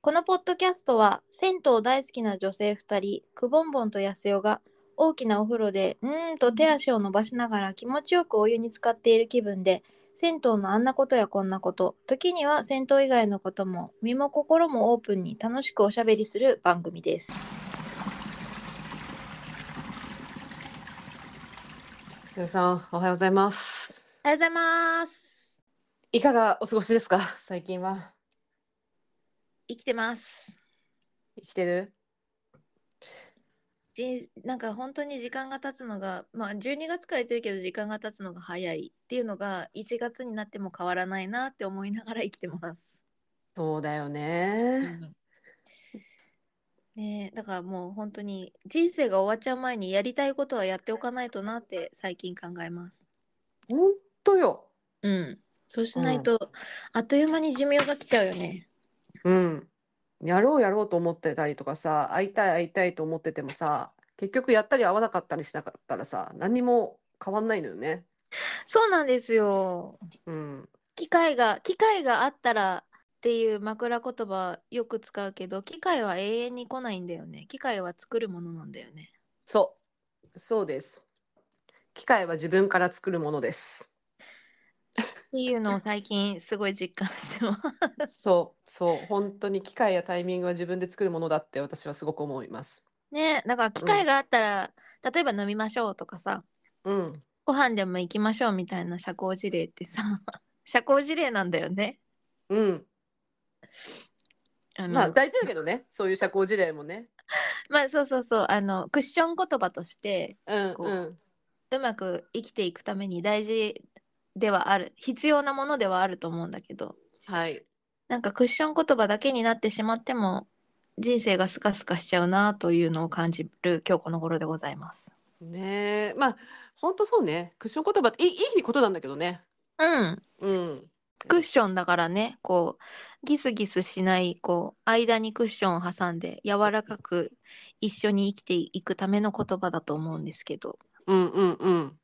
このポッドキャストは銭湯大好きな女性2人くぼんぼんとやすよが大きなお風呂でうーんと手足を伸ばしながら気持ちよくお湯に浸かっている気分で銭湯のあんなことやこんなこと時には銭湯以外のことも身も心もオープンに楽しくおしゃべりする番組です。すよさん、おはようございます。おはようございます。いかがお過ごしですか最近は。生きてます。生きてる人なんか本当に時間が経つのがまあ12月から言ってるけど時間が経つのが早いっていうのが1月になっても変わらないなって思いながら生きてます。そうだよね。ねえだからもう本当に人生が終わっちゃう前にやりたいことはやっておかないとなって最近考えます。ほんとよ。うん。そうしないと、あっという間に寿命が来ちゃうよね。うん。やろうやろうと思ってたりとかさ、会いたい会いたいと思っててもさ、結局やったり会わなかったりしなかったらさ、何にも変わんないのよね。そうなんですよ。うん。機会が機会があったらっていう枕言葉よく使うけど機会は永遠に来ないんだよね機会は作るものなんだよねそう。そうです。機械は自分から作るものです。っていうのを最近すごい実感してますそう、そう。本当に機械やタイミングは自分で作るものだって私はすごく思います。ねだから機会があったら、例えば飲みましょうとかさうん。ご飯でも行きましょうみたいな社交辞令ってさ 社交辞令なんだよねうん。あのまあ大事だけどね、そういう社交辞令もね。まあそうそうそうあのクッション言葉としてうんこううん。うまく生きていくために大事ではある必要なものではあると思うんだけどはい。なんかクッション言葉だけになってしまっても人生がスカスカしちゃうなというのを感じる今日この頃でございます。ねえ、まあ、本当そうね。クッション言葉っていいいいことなんだけどね。うん。うん。クッションだからね、こう、ギスギスしない、こう、間にクッションを挟んで柔らかく一緒に生きていくための言葉だと思うんですけど、うんうんうん。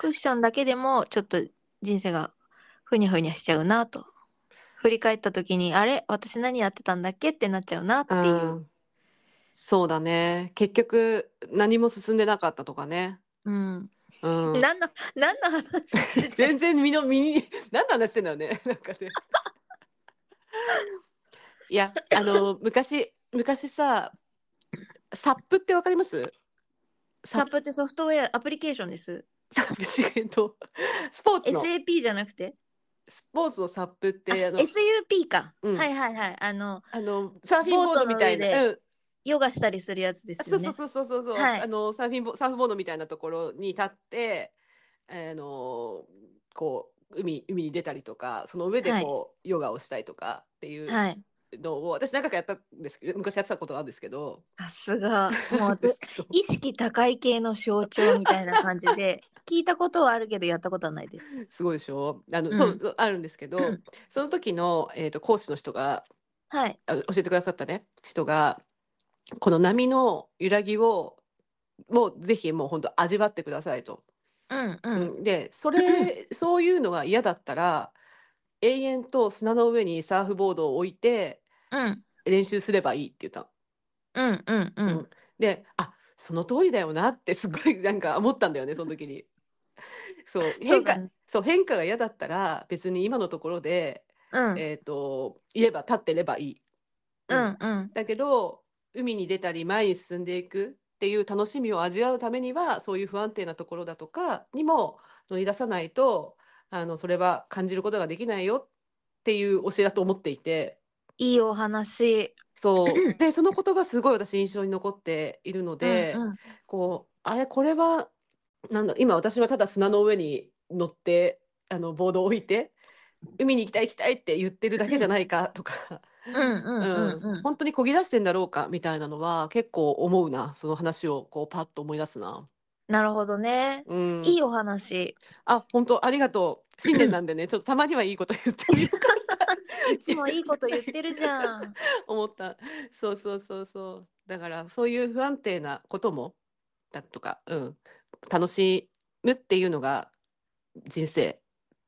クッションだけでもちょっと人生がふにゃふにゃしちゃうなと。振り返った時に、あれ私何やってたんだっけってなっちゃうなっていう。うん。そうだね。結局、何も進んでなかったとかね。うん。うん。何の、何の話 全然身の身に何の話してんだよね なんかねいやあの昔昔さサップってわかりますササッップってソフトウェアアプリケーションです。サップえっとスポーツの SAP じゃなくてスポーツのサップってああの SUP か、うんはいはいはい。あの、あのサーフィンボードみたいなボートのうんヨガしたりするやつですよそうね。そうそうそうそう、はいあのサーフィンボサーフボードみたいなところに立ってあのこう海海に出たりとかその上でこう、ヨガをしたりとかっていうはい。のを私何回かやったんですけど昔やってたことがあるんですけどさすが。もう私そう意識高い系の象徴みたいな感じで、 聞いたことはあるけどやったことはないです。 すごいでしょあの、うんそうそうあるんですけどうんその時の、えー、と講師の人がはい。あの教えてくださったね人がこの波の揺らぎをもうぜひもう本当味わってくださいと。うんう。うんん、で それそういうのが嫌だったら永遠と砂の上にサーフボードを置いてうん練習すればいいって言ったの。うんうんううんん。であその通りだよなってすごいなんか思ったんだよねその時に。そう変化そうだねそう変化が嫌だったら別に今のところで、うんえー、といれば立ってればいい。うんうん。だけど海に出たり前に進んでいくっていう楽しみを味わうためにはそういう不安定なところだとかにも乗り出さないとあのそれは感じることができないよっていう教えだと思っていていいお話。そうでその言葉すごい私印象に残っているので、うんうんこうあれこれはなんだ今私はただ砂の上に乗ってあのボードを置いて海に行きたい行きたいって言ってるだけじゃないかとか。うんうんうんう、うんん。本当にこぎ出してんだろうかみたいなのは結構思うなその話をこうパッと思い出すな、なるほどね。うん、いいお話。あ本当ありがとう新年な んでねちょっとたまにはいいこと言ってみようかいつもいいこと言ってるじゃん。な 思ったそうそうそうそうだからそういう不安定なこともだとか、うん、楽しむっていうのが人生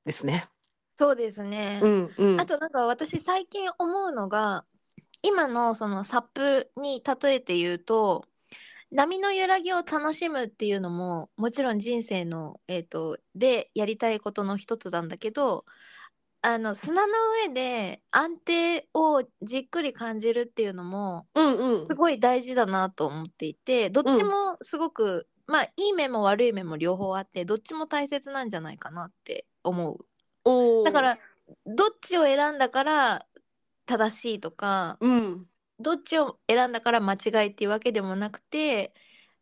ですね。そうですね。うんうん、あとなんか私最近思うのが今のそのサップに例えて言うと波の揺らぎを楽しむっていうのももちろん人生の、えー、とでやりたいことの一つなんだけどあの砂の上で安定をじっくり感じるっていうのもうんうんすごい大事だなと思っていてどっちもすごく、まあいい面も悪い面も両方あってどっちも大切なんじゃないかなって思う。おーだからどっちを選んだから正しいとかうんどっちを選んだから間違いっていうわけでもなくて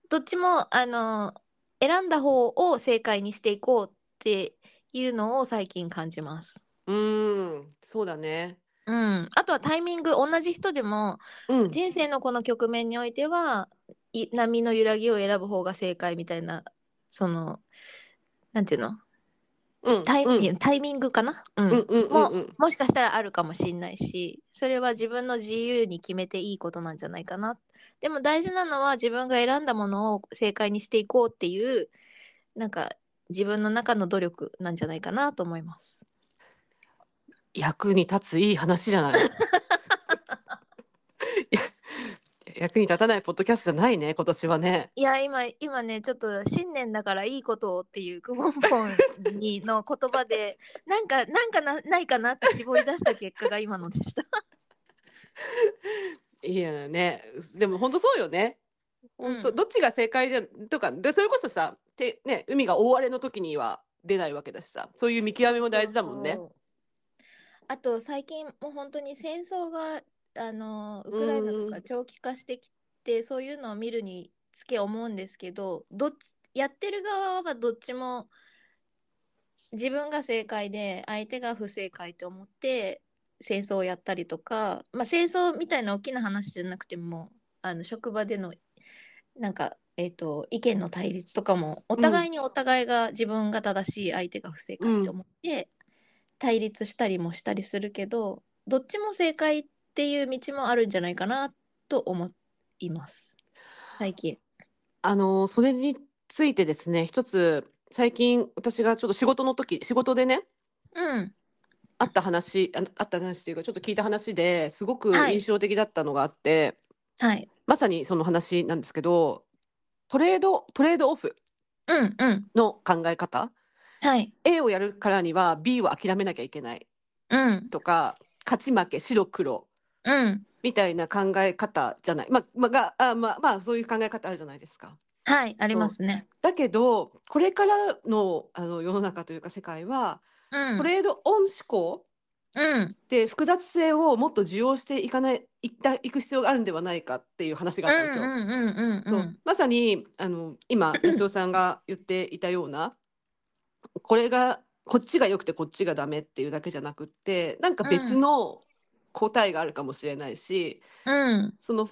どっちもあの選んだ方を正解にしていこうっていうのを最近感じます。うーんそうだねうん、あとはタイミング同じ人でもうん人生のこの局面においてはい波の揺らぎを選ぶ方が正解みたいなそのなんていうのうんタイ,、うんタイミングかな、うんうんうんうんうんもしかしたらあるかもしんないしそれは自分の自由に決めていいことなんじゃないかなでも大事なのは自分が選んだものを正解にしていこうっていうなんか自分の中の努力なんじゃないかなと思います役に立ついい話じ ゃないいや役に立たないポッドキャストじゃないね今年はねいや今今ねちょっと新年だからいいことをっていうクボンボンにの言葉でなんかなんかなないかなって絞り出した結果が今のでしたいやねでも本当そうよね本当、うんどっちが正解じゃとかでそれこそさて、ね、海が大荒れの時には出ないわけだしさそういう見極めも大事だもんねそうそうあと最近もう本当に戦争があのウクライナうとんうかん長期化してきてそういうのを見るにつけ思うんですけどどっちやってる側はどっちも自分が正解で相手が不正解と思って戦争をやったりとか、まあ、戦争みたいな大きな話じゃなくてもあの職場でのなんか、えっと意見の対立とかもお互いにお互いが自分が正しい相手が不正解と思って対立したりもしたりするけどどっちも正解っていう道もあるんじゃないかなと思います最近。あのそれについてですね一つ最近私がちょっと仕事の時仕事でねうんあった話あのあった話というかちょっと聞いた話ですごくはい印象的だったのがあって、はいまさにその話なんですけどトレードトレードオフうんうんの考え方はい A をやるからには B を諦めなきゃいけないうんとか勝ち負け白黒うんみたいな考え方じゃないまあまあがあまあまあそういう考え方あるじゃないですか。はいありますね。だけどこれからのあの世の中というか世界はうんトレードオン思考うんで複雑性をもっと受容していかないいったいく必要があるんではないかっていう話があったんですよ。うんうんうんうんうんそうまさにあの今安尾さんが言っていたようなこれがこっちが良くてこっちがダメっていうだけじゃなくってなんか別うんの答えがあるかもしれないし、うんその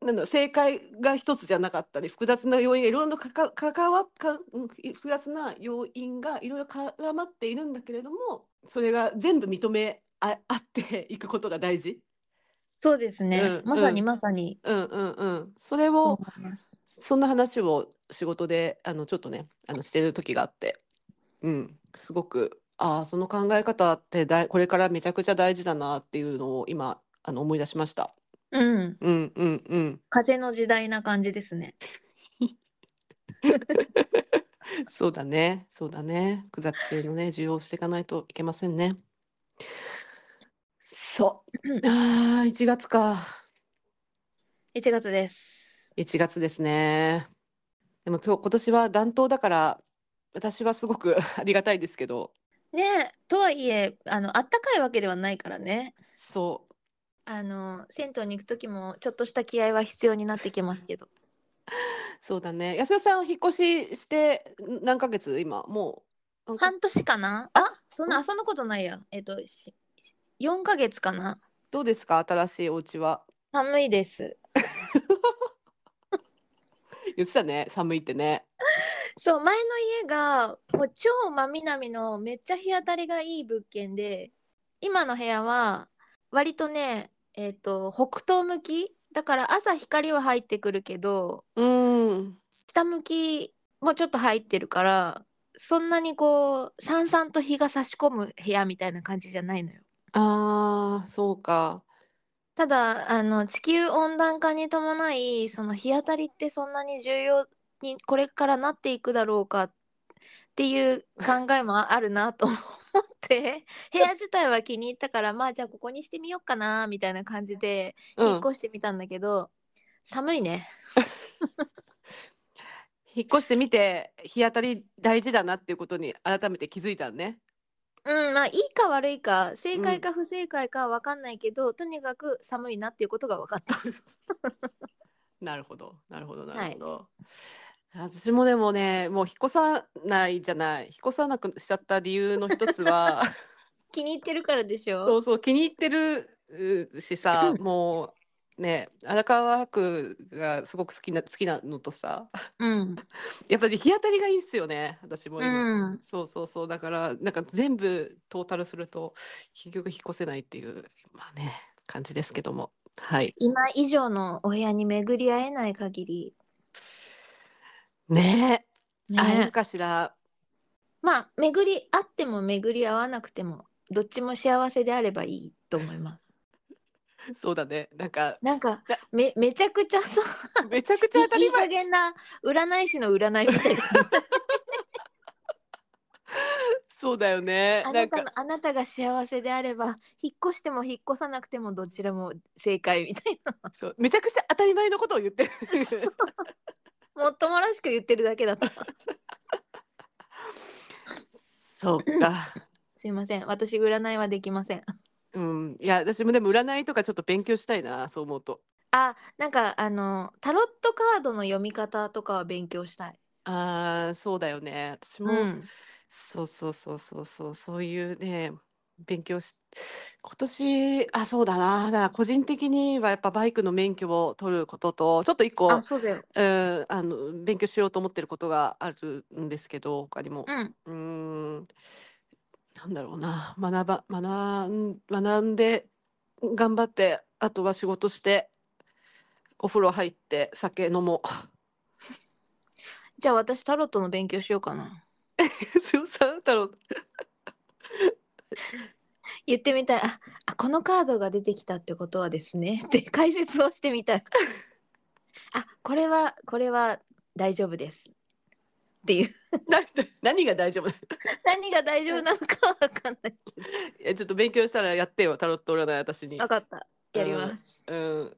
なんだろう正解が一つじゃなかったり複雑な要因がいろいろかか関わっかうん複雑な要因がいろいろ絡まっているんだけれどもそれが全部認めあ合っていくことが大事。そうですね、うんまさにうんまさにうんうんうん、それそうを思います。そんな話を仕事であのちょっとねあのしてる時があって、うん、すごくああその考え方ってだいこれからめちゃくちゃ大事だなっていうのを今あの思い出しました。うんうんうんうん、風の時代な感じですね。そうだねそうだね複雑性のね需要していかないといけませんね。そうあー1月か1月です。 1月ですね。でも今日今年は暖冬だから私はすごく ありがたいですけどねえとはいえあのあったかいわけではないからねそうあの銭湯に行く時もちょっとした気合は必要になってきますけどそうだね。安代さん、引っ越ししてん何ヶ月今もうなん か半年かなあそんなあそんなことないやえっとし4ヶ月かなどうですか新しいお家は。寒いです言ってたね、寒いってね。そう前の家がもう超真南のめっちゃ日当たりがいい物件で今の部屋は割とねえっと北東向きだから朝光は入ってくるけどうーん。下向きもちょっと入ってるからそんなにこうさんさんと日が差し込む部屋みたいな感じじゃないのよ。ああ、そうか。ただあの地球温暖化に伴いその日当たりってそんなに重要にこれからなっていくだろうかっていう考えもあるなと思って 部屋自体は気に入ったからまあじゃあここにしてみようかなみたいな感じでうん引っ越してみたんだけど、寒いね引っ越してみて日当たり大事だなっていうことに改めて気づいたんね。うんまあいいか悪いか正解か不正解かは分かんないけど、とにかく寒いなっていうことが分かった なるほど、なるほど、いなるほど。私もでもね、もう引っ越さないじゃない、引っ越さなくしちゃった理由の一つは、気に入ってるからでしょそうそう、気に入ってるうしさ、もうね、荒川区がすごく好きな、好きなのとさ、 うんやっぱり日当たりがいいんすよね、私もう今。んそうそうそう、だから、なんか全部トータルすると、結局引っ越せないっていう、まあね、感じですけども。はい。今以上のお部屋に巡り会えない限りねえ、会えるねかしら。まあ巡り合っても巡り合わなくてもどっちも幸せであればいいと思いますそうだね。なんか、 なんかだめめちゃくちゃさめちゃくちゃ当たいいり加前。減な占い師の占いみたいな そうだよね。あな なんたかの、あなたが幸せであれば引っ越しても引っ越さなくてもどちらも正解みたいなそう、めちゃくちゃ当たり前のことを言ってる。 もっともらしく言ってるだけだった そうか。 すいません私占いはできませんうん。いや、私もでも占いとかちょっと勉強したいな、そう思うと。あなんかあのタロットカードの読み方とかは勉強したいああ、そうだよね。私も、うんそうそうそうそうそう、そういうね、勉強し、今年、あ、そうだな。だから個人的にはやっぱバイクの免許を取ることと、ちょっと一個あ、そうだようん、あの、勉強しようと思ってることがあるんですけど、他にも。うんうーん、なんだろうな、学ば、学ん、学んで、頑張って、あとは仕事して、お風呂入って、酒飲 もう。じゃあ私タロットの勉強しようかなすいません、太郎言ってみたいああこのカードが出てきたってことはですねって 解説をしてみたいあこれはこれは大丈夫ですっていうな、何が大丈夫 い 何が大丈夫なのかわかんないやちょっと勉強したらやってよ、タロット占い、私にわ。かったやります、うん。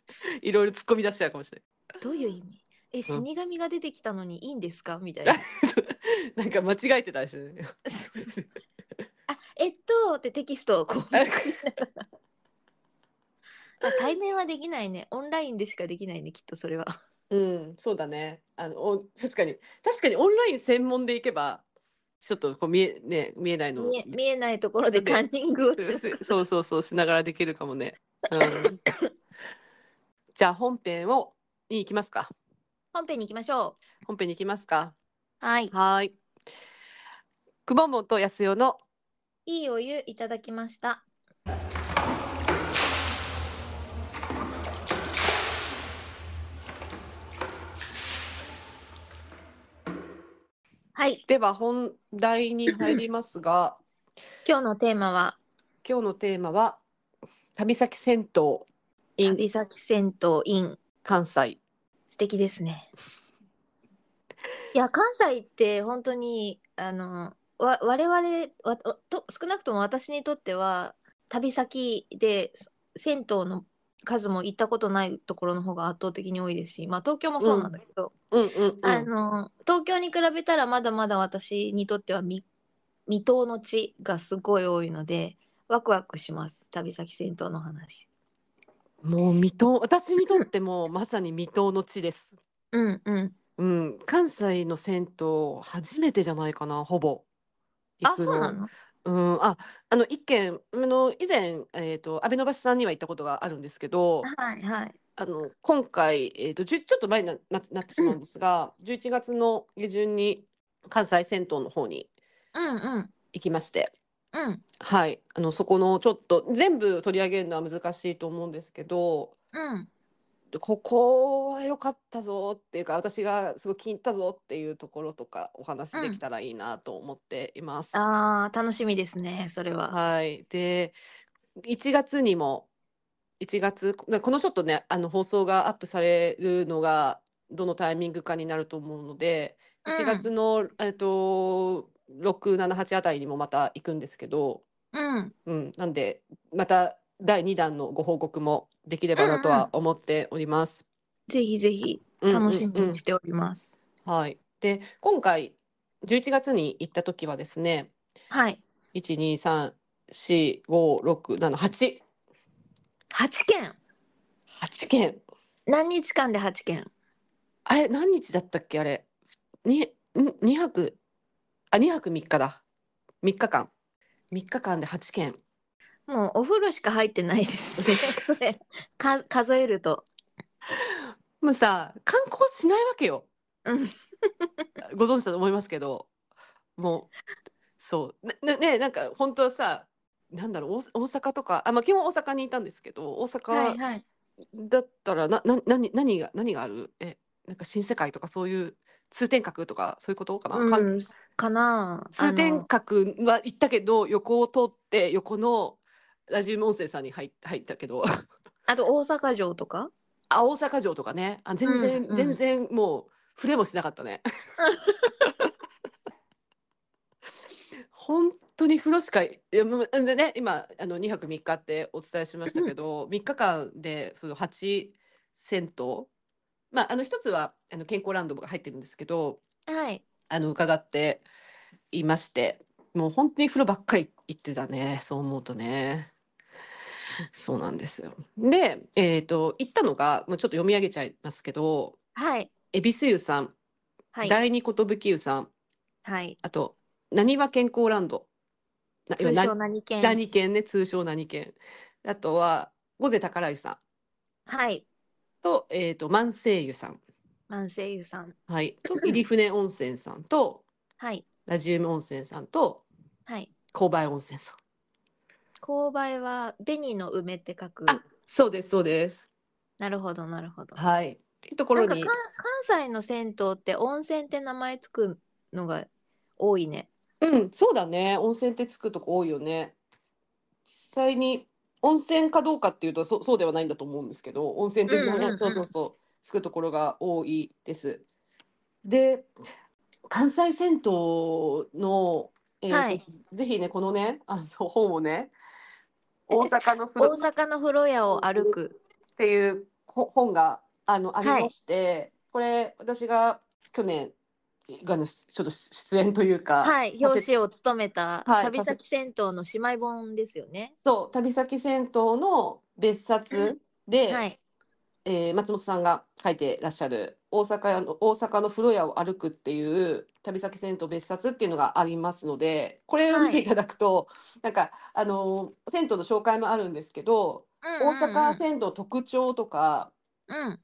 いろいろ突っ込み出しちゃうかもしれどういう意味えうん死神が出てきたのにいいんですかみたいなない。なんか間違えてたりしてね。あえっとってテキストを こうあ対面はできないねオンラインでしかできないねきっとそれは うん、そうだね。あの、お確かに、確かにオンライン専門でいけば、ちょっとこう見え、ね、見えないの。見え見えないところででカンニングをするす そうそうそうしながらできるかもね。 うん、じゃあ本編をに行きますか。本編に行きましょ本編に行きますか。うはいはーい。くぼもんとやすよのいいお湯いただきましたはいでは本題に入りますが、今日のテーマは 今日のテーマは旅先銭湯 in 旅先銭湯 in 関西。素敵ですねいや関西って本当にあのわ我々わと少なくとも私にとっては旅先で銭湯の数も行ったことないところの方が圧倒的に多いですしまあ東京もそうなんだけど、うんうんうあん。の東京に比べたらまだまだ私にとっては未未踏の地がすごい多いのでワクワクします旅先銭湯の話もう未踏私にとってもうまさに未踏の地です。うんうんうん、関西の銭湯初めてじゃないかな、ほぼ行あくそうなの。のうん、あ、あの一軒、あの以前、えっと、安倍伸ばしさんには行ったことがあるんですけど、はいはいあの今回、えっと、じゅちょっと前にな、な、なってしまうんですが、11月の下旬に関西銭湯の方にうんうん行きまして、うんはい、あのそこのちょっと全部取り上げるのは難しいと思うんですけど、うんここは良かったぞっていうか、私がすごい気に入ったぞっていうところとかお話できたらいいなと思っています。あー楽しみですねそれははい。で、1月にも1月、ここのちょっとね、あの放送がアップされるのがどのタイミングかになると思うので、うん1月の、えっと、6、7、8あたりにもまた行くんですけど、うん。うん、なんで、また第2弾のご報告もできればなとは思っております。ぜひぜひうんうんうん楽しみにしております。はい。で、今回、11月に行った時はですね、はい。 1、2、3、4、5、6、7、8、 8件。 8件。何日間で8件。あれ、何日だったっけ、あれ。に、に、2泊、あ、2泊3日だ。3日間。3日間で8件。もうお風呂しか入ってないです ね。それか数えると。もうさ、観光しないわけようん ご存知だと思いますけど、もう、そう、ね、ねね、なんか本当はさ、なんだろう、大大阪とか、あ、まあ、基本大阪にいたんですけど、大はい阪はい。だったら、な、な、何、何が、何があるえ、なんか新世界とかそういう通天閣とかそういうことかな、かうん、かな通天あ閣は行ったけど横を通って横のラジウム音声さんに入っ入った けどのあと大阪城とかあ大阪城とかねあ全然、うんうん全然もう触れもしなかったね本当に風呂しかいやもうでね今あの2泊3日ってお伝えしましたけど3日間でその8銭湯まああの一つはあの健康ランドが入ってるんですけどはいあの伺っていましてもう本当に風呂ばっかり行ってたねそう思うとねそうなんですよでえっ、と行ったのがもうちょっと読み上げちゃいますけどはい恵比寿湯さん、はい第二寿湯さんはいあとなにわ健康ランドな今通な称何県何県ね通称何県あとは御瀬宝湯さんはいと,、えー、と万世湯さん、万世湯さんはい、 と入船温泉さんとはいラジウム温泉さんとはい勾配温泉さん勾配は紅の梅って書くあそうですそうですなるほどなるほどなはい。っていうところんかにかん関西の銭湯って温泉って名前つくのが多いねうん、そうだね。温泉ってつくとこ多いよね。実際に温泉かどうかっていうと、そ、そうではないんだと思うんですけど、温泉っていうのはねうんうんうんそうそうそう、つくところが多いです。で、関西銭湯の、えーとはいぜひね、このね、あの本をね、大阪の風大呂阪の風呂屋を歩くっていうほ本があのありはいまして、これ私が去年がのちょっと出演というか、はい表紙を務めたはい旅先銭湯の姉妹本ですよねそう旅先銭湯の別冊で、はいえー松本さんが書いてらっしゃる大阪屋の大阪の風呂屋を歩くっていう旅先銭湯別冊っていうのがありますのでこれを見ていただくと、なんかあのー銭湯の紹介もあるんですけど、大大阪銭湯の特徴とかうん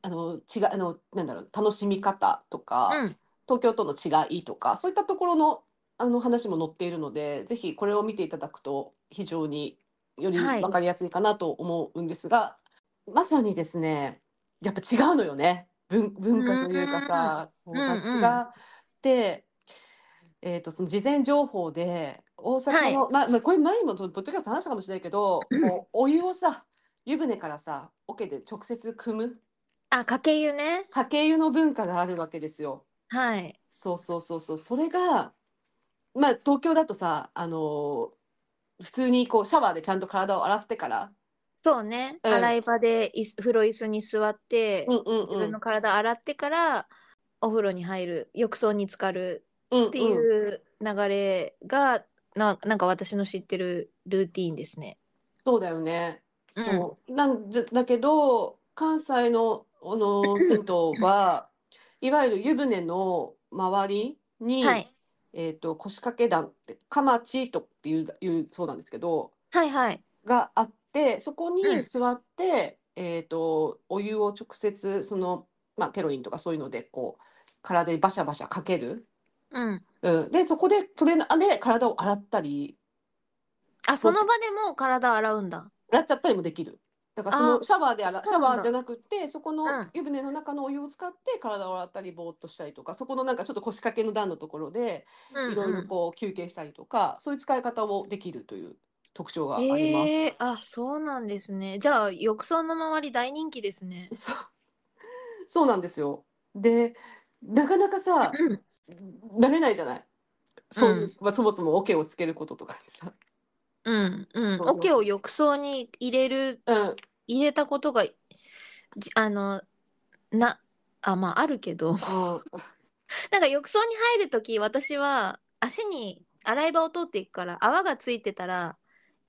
あの違いあのなんだろう楽しみ方とか、うん東京との違いとかそういったところのあの話も載っているのでぜひこれを見ていただくと非常によりはい分かりやすいかなと思うんですが、まさにですねやっぱ違うのよね文文化というかさこううんうん違って、えー、とその事前情報で大阪の、まあまあ、これ前にもポッドキャスト話したかもしれないけどこうお湯をさ湯船からさ桶で直接汲むあかけ湯ねかけ湯の文化があるわけですよ。はいそうそうそうそうそれがまあ東京だとさあのー普通にこうシャワーでちゃんと体を洗ってからそうね、うん洗い場でいす風呂椅子に座って、うんうん自う分んの体洗ってからお風呂に入る浴槽に浸かるうんっていう流れが、ななんか私の知ってるルーティーンですね。そうだよねうんそうなんじゃだけど関西のあ のー銭湯はいわゆる湯船の周りに、はい、えーと腰掛け団ってかまちとっていういうそうなんですけどはいはいがあってそこにうん座って、えー、とお湯を直接その、まあ、テロリンとかそういうのでこう体にバシャバシャかける、うんうん、でそこでそれで体を洗ったりあその場でもう体洗うんだ。洗っちゃったりもできるだからそあのーシャワーで洗うシそうなんだャワーじゃなくてそこうのん湯船の中のお湯を使って体を洗ったりぼーっとしたりとかそこのなんかちょっと腰掛けの段のところでうんいろいうんろこう休憩したりとか、そういう使い方をできるという特徴があります。えー、あ、そうなんですね。じゃあ、浴槽の周り大人気ですね。そう、そうなんですよ。で、なかなかさ、うん。慣れないじゃない。そううんまあ、そもそも桶をつけることとかさ。うん、うん。そうそう桶を浴槽に入れる、うん、入れたことが、じあの、な、あ、まあ、あるけど。 なんか浴槽に入るとき、私は足に洗い場を通っていくから、泡がついてたら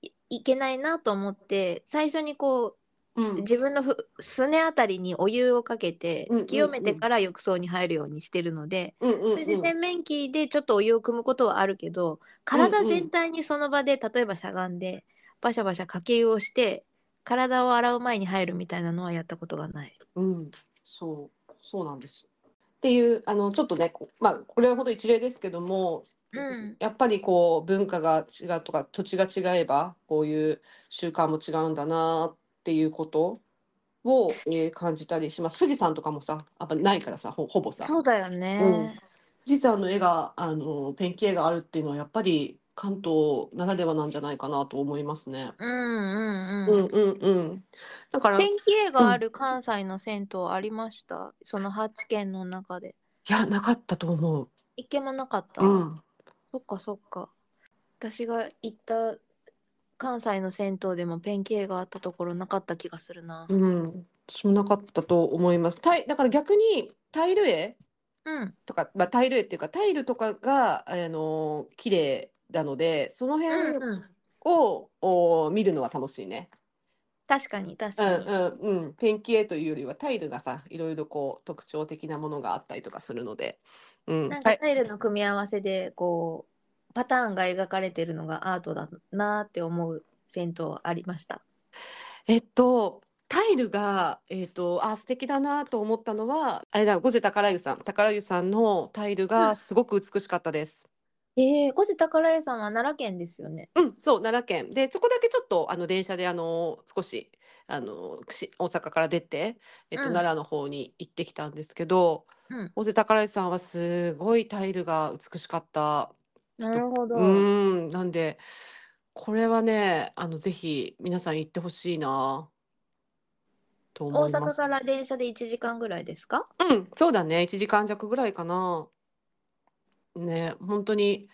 い、いけないなと思って、最初にこうん、うう、ん、自分のふすねあたりにお湯をかけてうんうんうん、清めてから浴槽に入るようにしてるので、うん、うん、それで洗面器でちょっとお湯を汲むことはあるけど、体全体にその場で、例えばしゃがんで、バシャバシャかけ湯をして、体を洗う前に入るみたいなのはやったことがない。うん、そう、そうなんですよ。っていう、あの、ちょっとね、こまあ、これほど一例ですけども、うんやっぱりこう、文化が違うとか、土地が違えば、こういう習慣も違うんだなっていうことを、えー感じたりします。富士山とかもさ、やっぱないからさ、ほ、ほぼさ、そうだよね。富士山の絵が、あの、ペンキ絵があるっていうのは、やっぱり関東ならではなんじゃないかなと思いますね。うんうんううんん、うん、うん。だから、ペンキ絵がある関西の銭湯ありました、その8軒の中で。いや、なかったと思う。行けもなかった、うん。そっかそっか。私が行った関西の銭湯でもペンキ絵があったところなかった気がするな。うん、私もなかったと思います。タイ、だから逆にタイル絵うん。とか、まあ、タイル絵っていうかタイルとかが、あの綺麗なので、そのうん辺うん。を、お見るのは楽しいね。確かに確うんかに。うんうん。ペンキ絵というよりはタイルがさ、いろいろこう特徴的なものがあったりとかするので、うん、なんはかいタイルの組み合わせでこうパターンが描かれてるのがアートだなって思う銭湯ありました。えっと、タイルが、えっと、あ、素敵だなと思ったのは、あれだ、ゴゼ宝湯さん、宝湯さんのタイルがすごく美しかったです。ええー、越瀬宝屋さんは奈良県ですよね。うん、そう、奈良県。で、そこだけちょっと、あの、電車で、あの、少し、あの、し大阪から出て、えっと、うん奈良の方に行ってきたんですけど、うん。大瀬宝井さんはすごいタイルが美しかった。なるほど。うん、なんで、これはね、あの、ぜひ、皆さん行ってほしいな、と大思いま阪す。から電車で1時間ぐらいですかうん、そうだね。1時間弱ぐらいかな。ね、本当に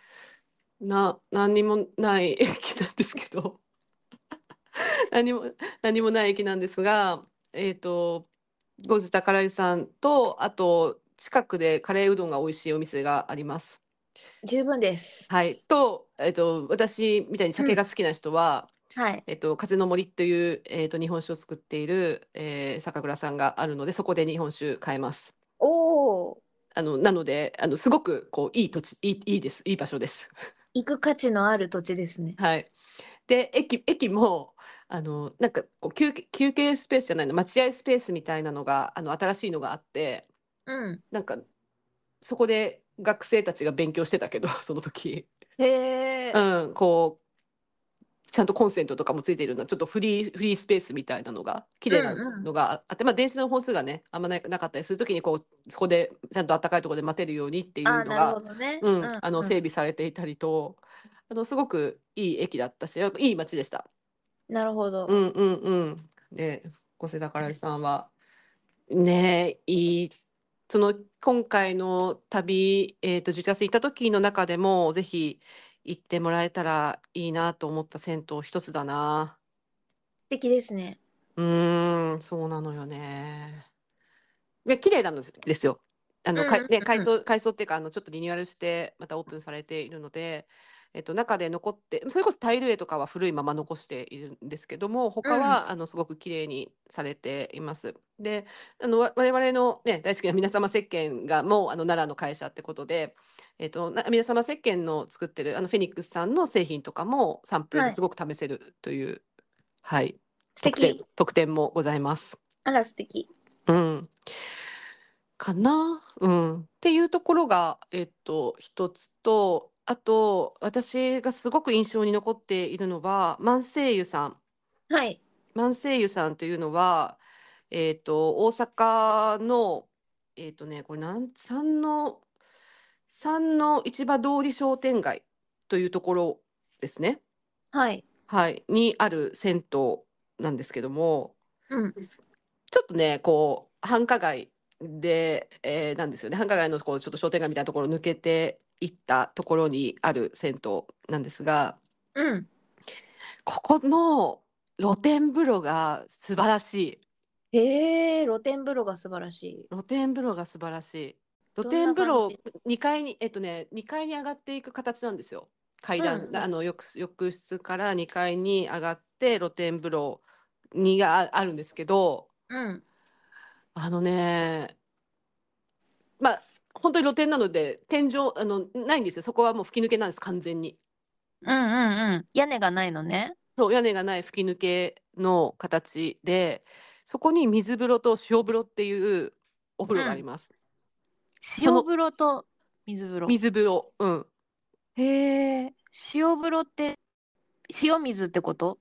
な、何にもない 駅なんですけど 何も、何もない駅なんですが、えっと、ゴズ宝井さんと、あと、近くでカレーうどんが美味しいお店があります。十分です。はい。と、えっと、私みたいに酒が好きな人は、はい。えっと、風の森という、えっと、日本酒を作っている、えー酒蔵さんがあるので、そこで日本酒買えます。おお、あの、なので、あの、すごく、こう、いい土地、いい、いいです。いい場所です。 行く価値のある土地ですね。はい。で、駅、駅も、あの、なんか、こう、休憩、休憩スペースじゃないの、待合スペースみたいなのが、あの、新しいのがあって、うん。なんか、そこで学生たちが勉強してたけど、 その時。へえ。うん、こう、ちゃんとコンセントとかもついているような、ちょっとフリー、フリースペースみたいなのが、綺麗なうんうんのがあって、まあ、電車の本数がね、あんまな、なかったりするときに、こう、そこで、ちゃんと暖かいところで待てるようにっていうああ、のながるほ、どね。うん、あうのん整備されていたりと、あのすごくいい駅だったし、やっぱいい街でした。なるほどう。んうんうん。で、小瀬宝井さんは、ねえ、いい、その今回の旅、えっと、10月行った時の中でも、ぜひ行ってもらえたらいいなと思った銭湯一つだな。素敵ですね。うーん、そうなのよね。いや、綺麗なんですですよ。あの、かうんうんね、うん改装、改装っていうか、あの、ちょっとリニューアルして、またオープンされているので、えっと、中で残って、それこそタイル絵とかは古いまま残しているんですけども、他は、あの、すごく綺麗にされています。で、あの、わ我々のね、大好きな皆様石鹸が、もう、あの、奈良の会社ってことで、えっと、な皆様石鹸の作ってる、あの、フェニックスさんの製品とかも、サンプルはでいすごく試せるという、はい。素特典敵。特典もございます。あら、素敵。うん。かな、うん、っていうところが、えっと、一つと、あと、私がすごく印象に残っているのは、万世湯さん。はい。万世湯さんというのは、えっと、大阪の、えっとね、これなん、三の、三の市場通り商店街というところですね。はい。はい、にある銭湯なんですけども、うん。ちょっとね、こう、繁華街で、えーなんですよね。繁華街のこう、ちょっと商店街みたいなところを抜けていったところにある銭湯なんですが、うん。ここの露天風呂が素晴らしい。へえ、露天風呂が素晴らしい。露天風呂が素晴らしい。どん露な天風感呂じ2階に、えっとね、2階に上がっていく形なんですよ。階段、うんあの浴室浴室から2階に上がって露天風呂にがああるんですけど、うん。あのね、まあ、本当に露天なので、天井、あの、ないんですよ。そこはもう吹き抜けなんです、完全に。うんうんうん。屋根がないのね。そう、屋根がない吹き抜けの形で、そこに水風呂と塩風呂っていうお風呂があります。その塩風呂と水風呂。水風呂、うん。へえ、塩風呂って塩水ってこと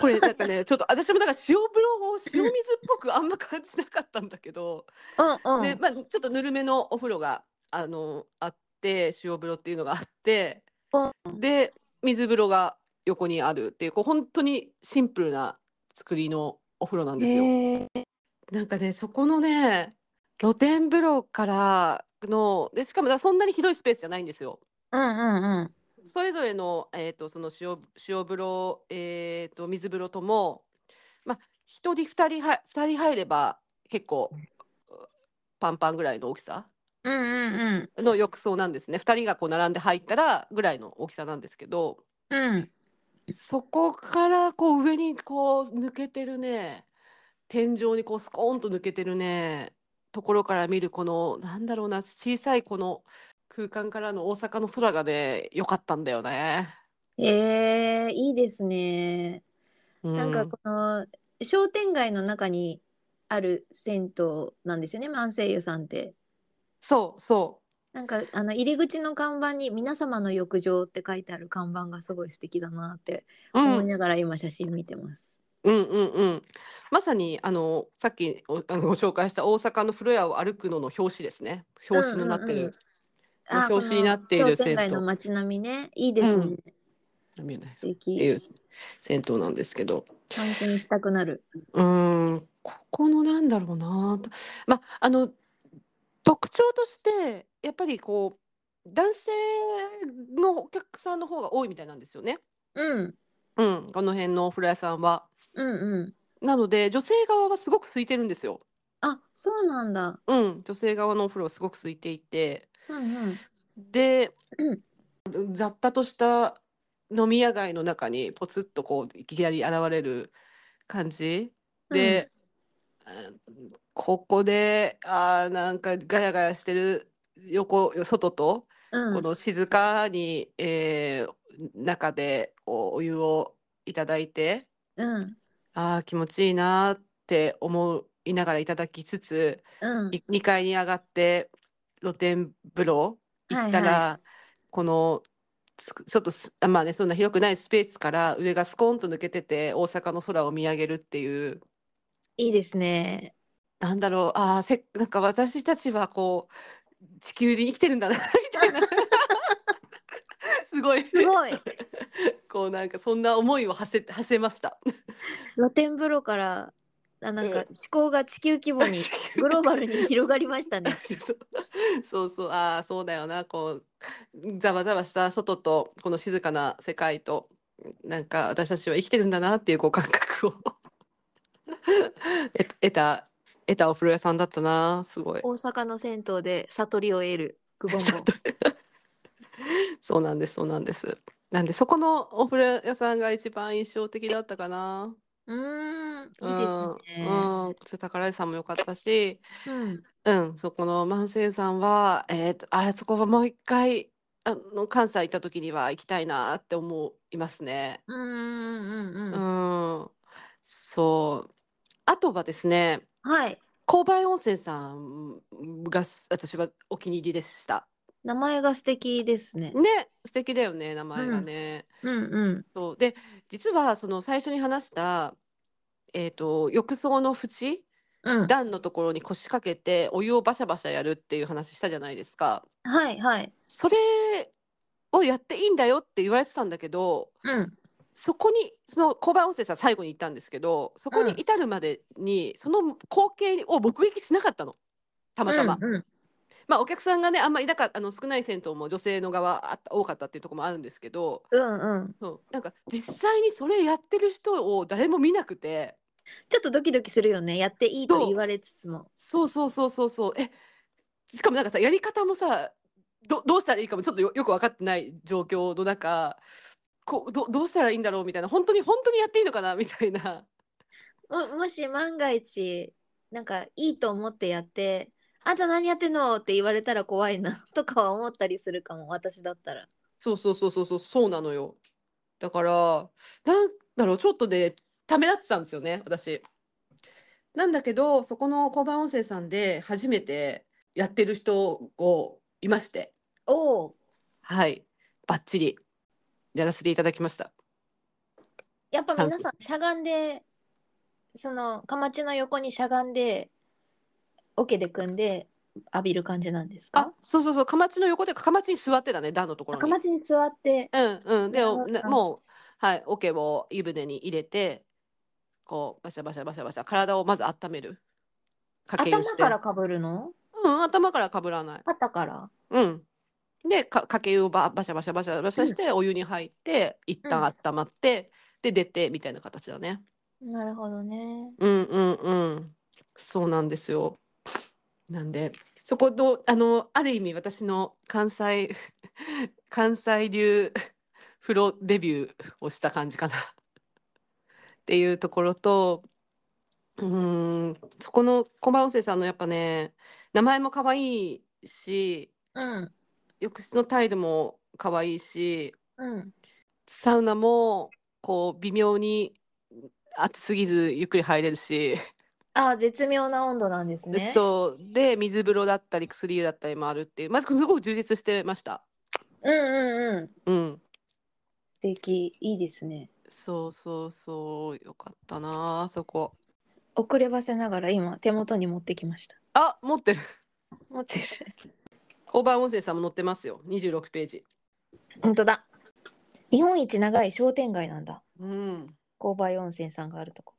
これ、なん かね、ちょっと私もだから塩風呂を塩水っぽくあんま感じなかったんだけど、うんうん。で、まあ、ちょっとぬるめのお風呂が、あの、あって、塩風呂っていうのがあって、で、水風呂が横にあるっていう、こう、本当にシンプルな作りのお風呂なんですよ。へえ。なんかね、そこのね、露天風呂からの、で、しかもだからそんなに広いスペースじゃないんですよ。うんうんうん。それぞれの、えーと、その塩、塩風呂、えーと、水風呂とも、まあ、一人二人は、二人入れば結構パンパンぐらいの大きさうんうんの浴槽なんですね。二人がこう並んで入ったらぐらいの大きさなんですけど、うん。うん。そこからこう上にこう抜けてるね、天井にこうスコーンと抜けてるね、ところから見るこの、なんだろうな、小さいこの空間からの大阪の空がね、良かったんだよね。へえ、いいですね。なんうかんこの商店街の中にある銭湯なんですよね、万世湯さんって。そうそなんかあの入り口の看板に「皆様の浴場」って書いてある看板がすごい素敵だなってう。うん思いながら今写真見てます。うんうんうん。まさに、あの、さっきおあのご紹介した大阪の風呂屋を歩くのの表紙ですね。表紙になってうんうんうんる。あー表紙になっていこのる商店街銭の湯街並みね。いいですね。うん見えない素そうってい敵。う銭湯なんですけど。探検したくなる。うーん、ここのなんだろうなと、まあ、あの特徴としてやっぱりこう男性のお客さんの方が多いみたいなんですよね。うん。うん、この辺のお風呂屋さんは。うんうん。なので女性側はすごく空いてるんですよ。あ、そうなんだ。うん、女性側のお風呂はすごく空いていて、うんうん。でう、雑多とした飲み屋街の中にポツッとこういきなり現れる感じ。で、うんここで、あーなんかガヤガヤしてる横、外と、うん、この静かに、えー中でお、お湯をいただいて、うん、ああ、気持ちいいなーって思いながらいただきつつ、うん。い2階に上がって露天風呂行ったはいら、この、つくちょっとす、あまあね、そんな広くないスペースから上がスコーンと抜けてて、大阪の空を見上げるっていう。いいですね。なんだろう、ああ、せ、なんか私たちはこう、地球に生きてるんだな、みた いな。すごい、すごい。こうなんかそんな思いを馳せ、馳せました。露天風呂から、あなんかうん思考が地球規模 に、グローバルに広がりましたね。そうそう、ああ、そうだよな、こう、ざわざわした外と、この静かな世界と、なんか私たちは生きてるんだなっていうこう感覚を 得、得た、得たお風呂屋さんだったな、すごい。大阪の銭湯で悟りを得る、くぼんぼん。そうなんです、そうなんです。なんで、そこのお風呂屋さんが一番印象的だったかな。うーん、いいでうん、すね。うん、そして宝井さんも良かったし、うん、うん、そこの万世さんは、えーと、あれ、そこはもう一回、あの、関西行った時には行きたいなって思いますね。うん、うん、うんううん。ん、そう。あとはですね、はい。紅梅温泉さんが私はお気に入りでした。名前が素敵ですね。ね、素敵だよね、名前がね。うん、うん、そうで実はその最初に話した、えーと浴槽の縁うん。段のところに腰掛けてお湯をバシャバシャやるっていう話したじゃないですかはい、はい。それをやっていいんだよって言われてたんだけどうん、そこにその交番温泉さん最後に行ったんですけどそこにうん至るまでにその光景を目撃しなかったのたまたま、うんうんまあ、お客さんがねあんまりいなかあの少ない銭湯も女性の側あった多かったっていうところもあるんですけどうんうん、そうなんか実際にそれやってる人を誰も見なくてちょっとドキドキするよねやっていいとそう言われつつもそうそうそうそうそうえしかもなんかさやり方もさどどうしたらいいかもちょっとよよく分かってない状況の中こうどどうしたらいいんだろうみたいな本当に本当にやっていいのかなみたいな。ももし万が一なんかいいと思ってやって「あんた何やってんの?」って言われたら怖いな とかは思ったりするかも私だったら。そうそうそうそうそうそうなのよ。だからなんだろうちょっとでためらってたんですよね私。なんだけどそこの交番音声さんで初めてやってる人をいましておおはいバッチリやらせていただきました。やっぱ皆さ感んしゃがんでそのかまちの横にしゃがんで桶で組んで浴びる感じなんですあかそうそうそうかまちの横でかまちに座ってたね段のところかにま。ちに座ってうんうんでなるほどねもうはい桶を湯船に入れてこうバシャバシャバシャバシャ体をまず温める。掛け湯頭してからかぶるのうん頭からかぶらない。肩からうん。で、か、かけ湯をば、バシャバシャバシャバシャして、お湯に入って、一旦温まって、で、出て、みたいな形だね。なるほどね。うんうんうん。そうなんですよ。なんで、そこど、あの、ある意味私の関西、 関西流風呂デビューをした感じかな。っていうところと、うーん、そこの小林生さんのやっぱね、名前も可愛いし、うん浴室のタイルも可愛いし、うんサウナもこう微妙に暑すぎずゆっくり入れるし、ああ絶妙な温度なんですね。そうで水風呂だったり薬湯だったりもあるっていう、まあ、すごく充実してました。うんうんうん。うん、素敵いいですね。そうそうそう、よかったなあそこ。遅ればせながら今手元に持ってきました。あ、持ってる。 持ってる。交番音声さんも載ってますよ。二十六ページ。本当だ。日本一長い商店街なんだ。うん、勾配温泉さんがあるとこ。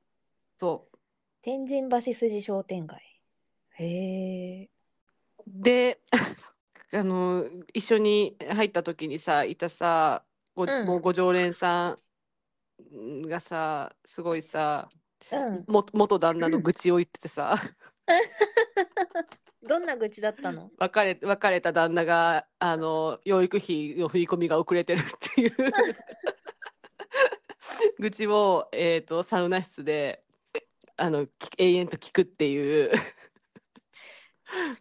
そう。天神橋筋商店街。へえ。で あの一緒に入った時にさいたさご、うんもうご常連さんがさすごいさうん。も元旦那の愚痴を言っててさどんな愚痴だったの？別れ別れた旦那があの養育費の振り込みが遅れてるって いう愚痴を、えー、とサウナ室であのき永遠と聞くっていう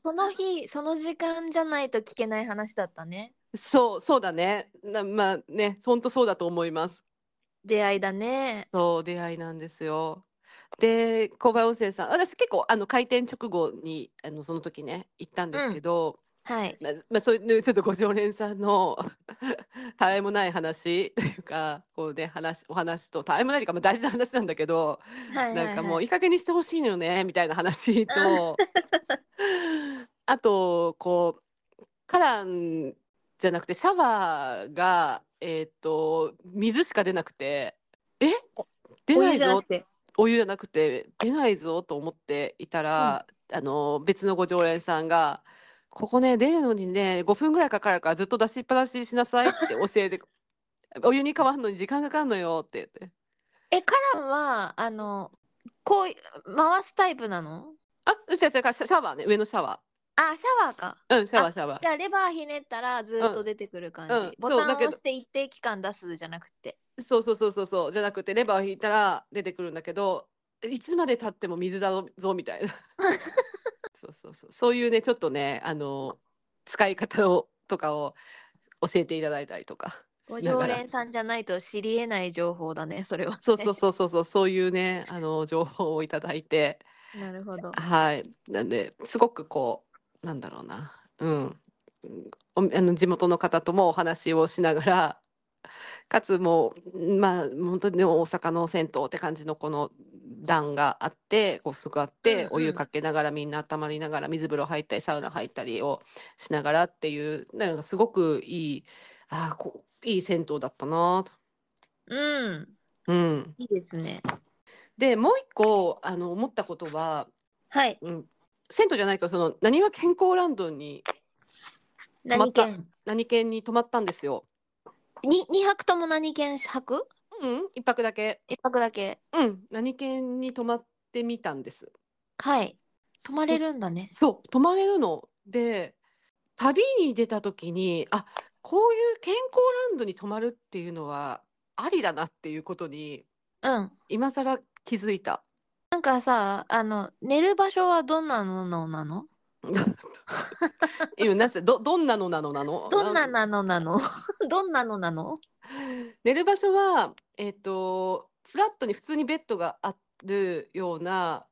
その日その時間じゃないと聞けない話だったね。そうそうだねなまあねほんとそうだと思います。出会いだね。そう、出会いなんですよ。で、小林生さん、私結構あの開店直後にあのその時ね行ったんですけど、はい。まあまあそう いうちょっとご常連さんの たわいもない話というか、こうね話お話とたわいもないというか、まあ、大事な話なんだけど、はいなんかもはういいい加減にしてほしいのよねみたいな話 と、あとこうカランじゃなくてシャワーがえっと水しか出なくて、え出はい。お湯ないじゃなぞく。て。お湯じゃなくて出ないぞと思っていたら、あの別のご常連さんが「ここね出るのにね5分ぐらいかかるからずっと出しっぱなしにしなさい」って教えて 「お湯に変わるのに時間がかかるのよ」って言ってえカランはあのこうい回すタイプなの？ 「あ違う違うシャシャワーね上のシャワあシャワーか。ーうんシャワーシャワじーゃあレバーひねったらずっと出てくる感じ、うんうんボそタうンだをけど押して一定期間出すじゃなくてそうそうそうそうそうじゃなくてレバーを引いたら出てくるんだけどいつまで経っても水だぞみた いなそうそうそうそういうねちょっとねあの使い方をとかを教えていただいたりとかごしな常がら連さんじゃないと知り得ない情報だねそ れは、ね、そうそうそうそうそうそういうねあの情報をいただいてなるほどはいなんですごくこうなんだろうなうんうんおあの地元の方ともお話をしながらかつもうまあ本当に大阪の銭湯って感じのこの段があってこうすぐあって、うんうんお湯かけながらみんな温まりながら水風呂入ったりサウナ入ったりをしながらっていうなんかすごくいいあーこいい銭湯だったなと。うん。うん、いいですね。でもう一個あの思ったことは、はい。うん、銭湯じゃないけどその何は健康ランドにま何た県何県に泊まったんですよ。に二泊とも何県泊うん、一泊だけ。一泊だけ。うん、何県に泊まってみたんです。はい。泊まれるんだね。そう、泊まれるの。で、旅に出た時に、あ、こういう健康ランドに泊まるっていうのはありだなっていうことに、うん。今更気づいた。 なんかさ、あの、寝る場所はどんなのなの今、なんて、ど、どんなのなのなのどんなななのなの どんなのなの寝る場所は、えっと、フラットに普通にベッドがあるような、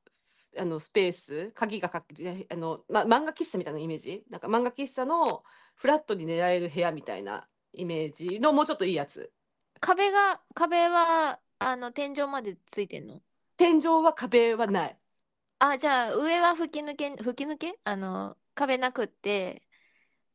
あの、スペース、鍵がかけ、あの、ま、漫画喫茶みたいなイメージなんか漫画喫茶のフラットに寝られる部屋みたいなイメージのもうちょっといいやつ。壁が、壁は、あの、天井までついてんの天井は壁はない。あ、じゃあ、上は吹き抜け、吹き抜けあの、壁なくって、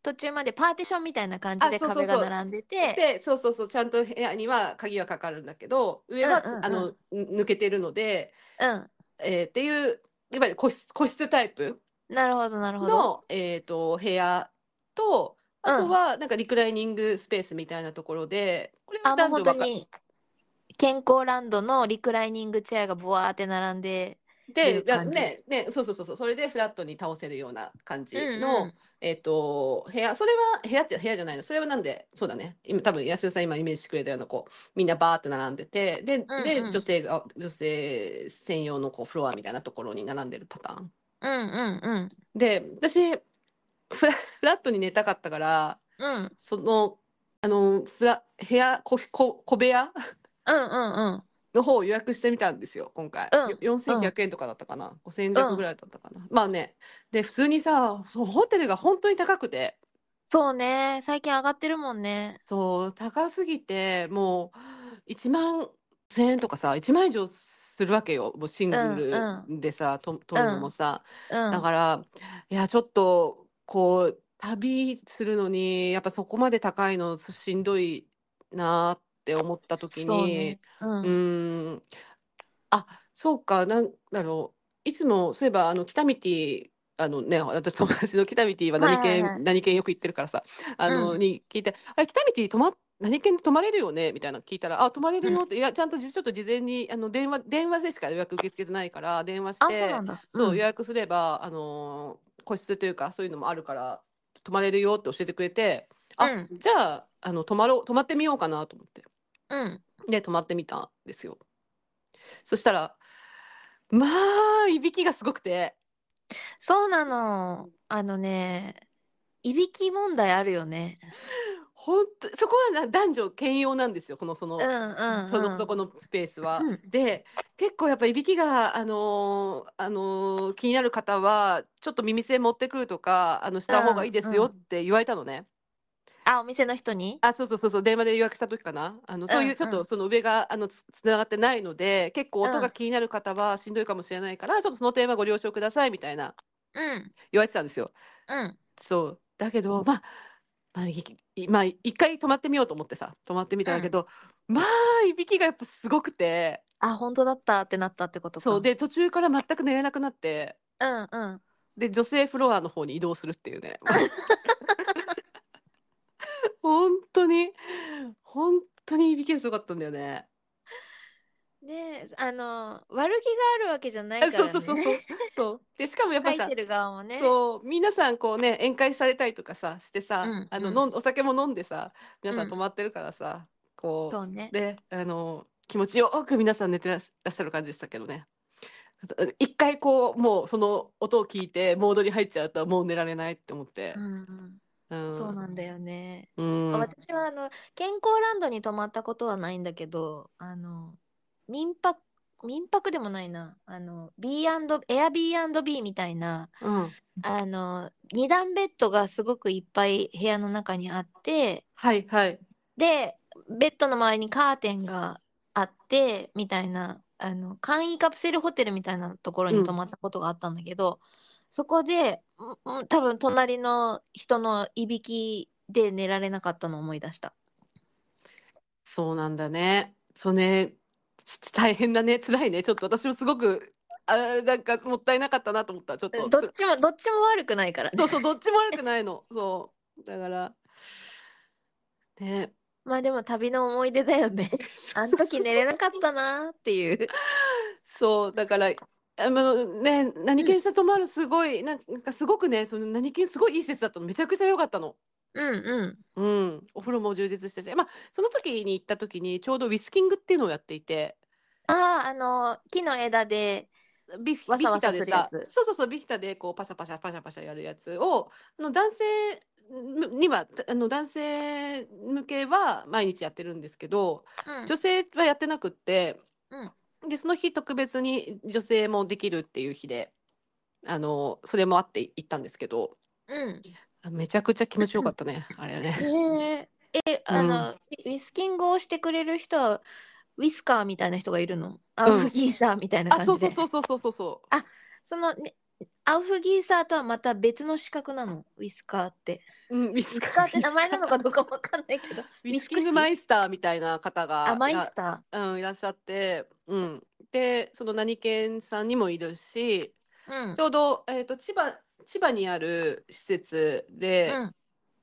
途中までパーティションみたいな感じあでそうそう壁そうが並んでて、で、そうそうそう、ちゃんと部屋には鍵はかかるんだけど、上は、うんうんうんあのん抜けてるので、うん。えーっていう、いわゆる個室、個室タイプなるほど、なるほど。の、えーと、部屋と、あとはなんかリクライニングスペースみたいなところで、これはあ、もう男本女当分かに、健康ランドのリクライニングチェアがブワーって並んで、で、いう感じね、ね、そうそうそうそう、それでフラットに倒せるような感じうんうの、んえっと、部屋、それは部屋って部屋じゃないの、それはなんで、そうだね、今多分安代さん今イメージしてくれたようなこう、みんなバーって並んでて、で、で、うん女性が、女性専用のこうフロアみたいなところに並んでるパターン。うんうんで、私、フラ、フラットに寝たかったから、うん。うんその、あの、フラ、部屋、こ、こ、小部屋うんうんうん。の方を予約してみたんですよ、今回。うんよ4900円とかだったかな。5000円弱ぐらいだったかな。まあね。で、普通にさ、そうホテルが本当に高くて、そうね、最近上がってるもんね。そう、高すぎて、もう、1万1000円とかさ、1万以上するわけよ。もうシングルでさ、と、取るのもさ。うん。だから、いや、ちょっと、こう、旅するのに、やっぱそこまで高いのしんどいなって思った時そうに、ね。うん。うーん。あ、そうか、なんだろう。いつも、そういえば、あの、北見ティ、あのね、私友達の北見ティははい何はいはい県、何県よく行ってるからさ、あの、うに聞いて、あれ、北見ティ泊ま、何県に泊まれるよねみたいなの聞いたら、あ、泊まれるよって、いや、ちゃんとじ、ちょっと事前に、あの、電話、電話でしか予約受け付けてないから、電話しあ、そうてな、んだ。そんう、予約すれば、あのー個室というか、そういうのもあるから、泊まれるよって教えてくれて、あ、うんじゃあ、あの、泊まろう、泊まってみようかなと思って。うん。で泊まってみたんですよそしたらまあいびきがすごくてそうなの。あのね、いびき問題あるよね。ほんとそこはな男女兼用なんですよこのその、うんうん、うん。そのそこのスペースは。うんで結構やっぱいびきが、あのーあのー気になる方はちょっと耳栓持ってくるとかあのした方がいいですよって言われたのね。あ、お店の人にあ、そうそうそうそう、電話で予約した時かな。あの、そういううんちょっうとんその上が、あの、つ、つながってないので、結構音うがん気になる方はしんどいかもしれないから、ちょっとその点はご了承くださいみたいなうん。言われてたんですよ。うん。そう。だけど、まあ、まあ、いいまあ、一回泊まってみようと思ってさ、泊まってみたんだけど、まあ、いびきがやっぱすごくて、あ、本当だったってなったってことか。そう。。で、途中から全く寝れなくなって、うんうん。で、女性フロアの方に移動するっていう ね。本当に、本当にいびきがすごかったんだよね。ねあの、悪気があるわけじゃないあからそね。うそうそうそう。そう。で、しかもやっぱ入っさて、る側もね。そう、皆さんこうね、宴会されたりとかさ、してさうん、あの、うん飲ん、お酒も飲んでさ、皆さうんん泊まってるからさ、こう、そうね。で、あの、気持ちよく皆さん寝てらっしらっしゃる感じでしたけどね。あと一回こう、もうその音を聞いて、モードに入っちゃうと、もう寝られないって思ってう。んう。うんん。そうなんだよね。うん。私はあの健康ランドに泊まったことはないんだけどあの民泊民泊でもないなあの B& エア B&B みたいなうん。あの2段ベッドがすごくいっぱい部屋の中にあってはいはい。でベッドの周りにカーテンがあってみたいなあの簡易カプセルホテルみたいなところに泊まったことがあったんだけど、そこでんん多分隣の人のいびきで寝られなかったのを思い出した。そうなんだね。そうね、ち大変だね、辛いね、ちょっと私もすごく、あー、なんかもったいなかったなと思った、ちょっと。どっちもどっちも悪くないからねそうそう、どっちも悪くないの。 そう。だから、ね。まあでも旅の思い出だよねあの時寝れなかったなっていうそう、だから、あのね、何県さとまるすごい、なんかすごくね、その何県すごいいい施設だったの、めちゃくちゃ良かったの。うんうんうん、お風呂も充実してて、まあ、その時に行った時にちょうどウィスキングっていうのをやっていて、あああの木の枝でビフ、わさわさビヒタでするやさつそうそうそう、ビヒタでこうパシャパシャパシャパシャやるやつを、あの男性には、あの男性向けは毎日やってるんですけど、うん女性はやってなくって、でその日特別に女性もできるっていう日であのそれもあって行ったんですけどうんあめちゃくちゃ気持ちよかっ たねあれはねええあの、ウィウィスキングをしてくれる人はウィスカーみたいな人がいるのアウフギーサーみたいなあ感じで、そうそうそうそうそうそうそうその、ね、アウフギーサーとはまた別の資格なのウィスカーってうん、ウウィスィスカーって名前 なのかどうかもわかんないけどウィスキングマイスターみたいな方があマイいスらタうん、いらっしゃって、うん、でその何県さんにもいるしーうんちょうど、えー、と千葉千葉にある施設で、うん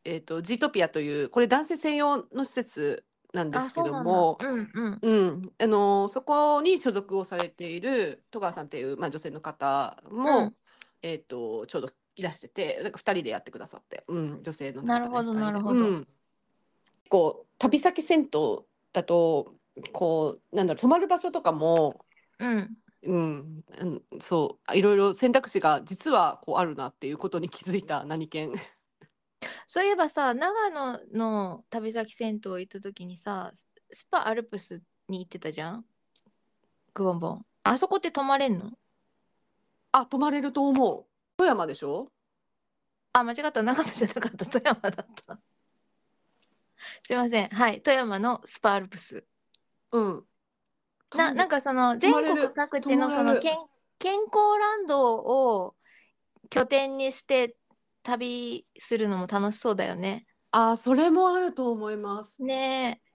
えー、とジートピアというこれ男性専用の施設なんであすけそうどなんもだうんうんうん、あのそこに所属をされている戸川さんっていう、まあ、女性の方も、うんえっと、ちょうどいらしてて、なんか2人でやってくださって、うん、女性の方なるほどね二人でなるほどうんこう旅先銭湯だとこうなんだろう泊まる場所とかも、うんうん、うんそういろいろ選択肢が実はこうあるなっていうことに気づいた何県 そういえばさ長野の旅先銭湯行った時にさスパアルプスに行ってたじゃんグボンボンあそこって泊まれんのあ泊まれると思う富山でしょあ、間違った。長野じゃなかった。富山だった。すいません。はい。富山のスパアルプス。うんな、なんかかその泊全まれる国各地のその泊まれ健、健康ランドを拠点にして旅するのも楽しそうだよね。あそれもあると思います。ねえ。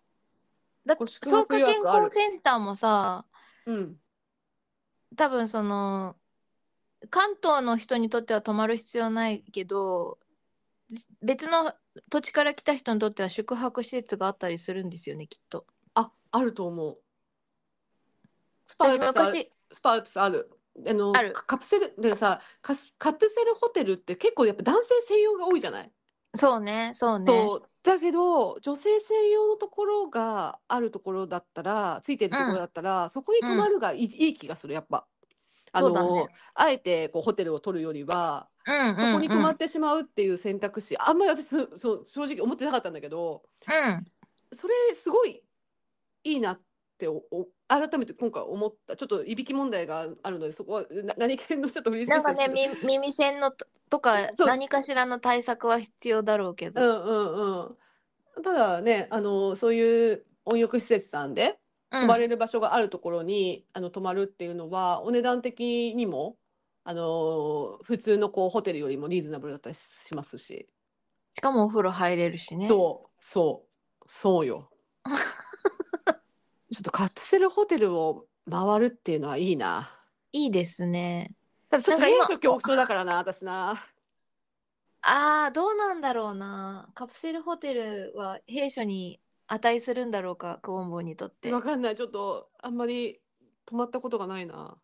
だこれ宿草泊加予健約ある康センターもさ、うん多分その関東の人にとっては泊まる必要ないけど別の土地から来た人にとっては宿泊施設があったりするんですよねきっと。あ、あると思う。スパ私ルプスある。昔スパルプスある。あの、あるカカプセルでさ、カスカプセルホテルって結構やっぱ男性専用が多いじゃない。そうねそうねそうだけど女性専用のところがあるところだったらついてるところだったら、そこに泊まるがいい,、いい気がするやっぱ。あそうだの、ねあえてこうホテルを取るよりはうんうんうんそこに泊まってしまうっていう選択肢、あんまり私そうそう正直思ってなかったんだけど。うんそれすごいいいなっておお改めて今回思ったちょっといびき問題があるのでそこはな何県のちょっとフリースペなーんスでかすけねどみ耳栓のととかそう何かしらの対策は必要だろうけうどんうんうんただねあのそういう温浴施設さんでう泊まんれる場所があるところに、あの泊まるっていうのはお値段的にもあの普通のこうホテルよりもリーズナブルだったりしますし、しかもお風呂入れるしね。そうそうそ うよちょっとカプセルホテルを回るっていうのはいいな。いいですね。ただちょっとなんか今閉所恐怖症だか らな、私な。ああ、どうなんだろうな。カプセルホテルは弊社に値するんだろうか、クオンボンにとって。わかんない、ちょっとあんまり泊まったことがないな。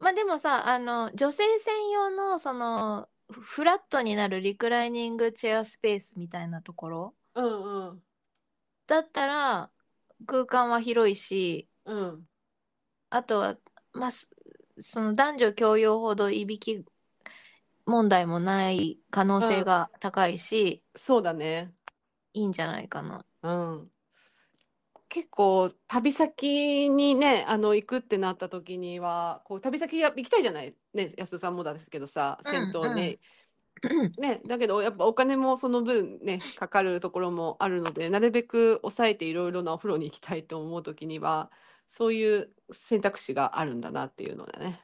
まあでもさ、あの、女性専用の、その、フフラットになるリクライニングチェアスペースみたいなところうんうんだったら、空間は広いし、うんあとは、まあ、すその男女共用ほどいびき問題もない可能性が高いし、そうだね。いいんじゃないかな。うん。結構旅先にね、あの行くってなった時には、こう旅先や行きたいじゃない。ね、安田さんもですけどさ、うん銭湯ね。うんね、だけどやっぱお金もその分ね、かかるところもあるので、なるべく抑えていろいろなお風呂に行きたいと思う時には、そういう選択肢があるんだなっていうのだね。